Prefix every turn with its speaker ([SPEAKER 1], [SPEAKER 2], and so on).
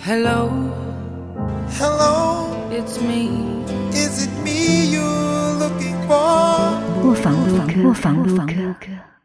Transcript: [SPEAKER 1] Hello,
[SPEAKER 2] Hello,
[SPEAKER 1] it's me.
[SPEAKER 2] is it me you're looking for?
[SPEAKER 3] 卧房录客，卧房录客。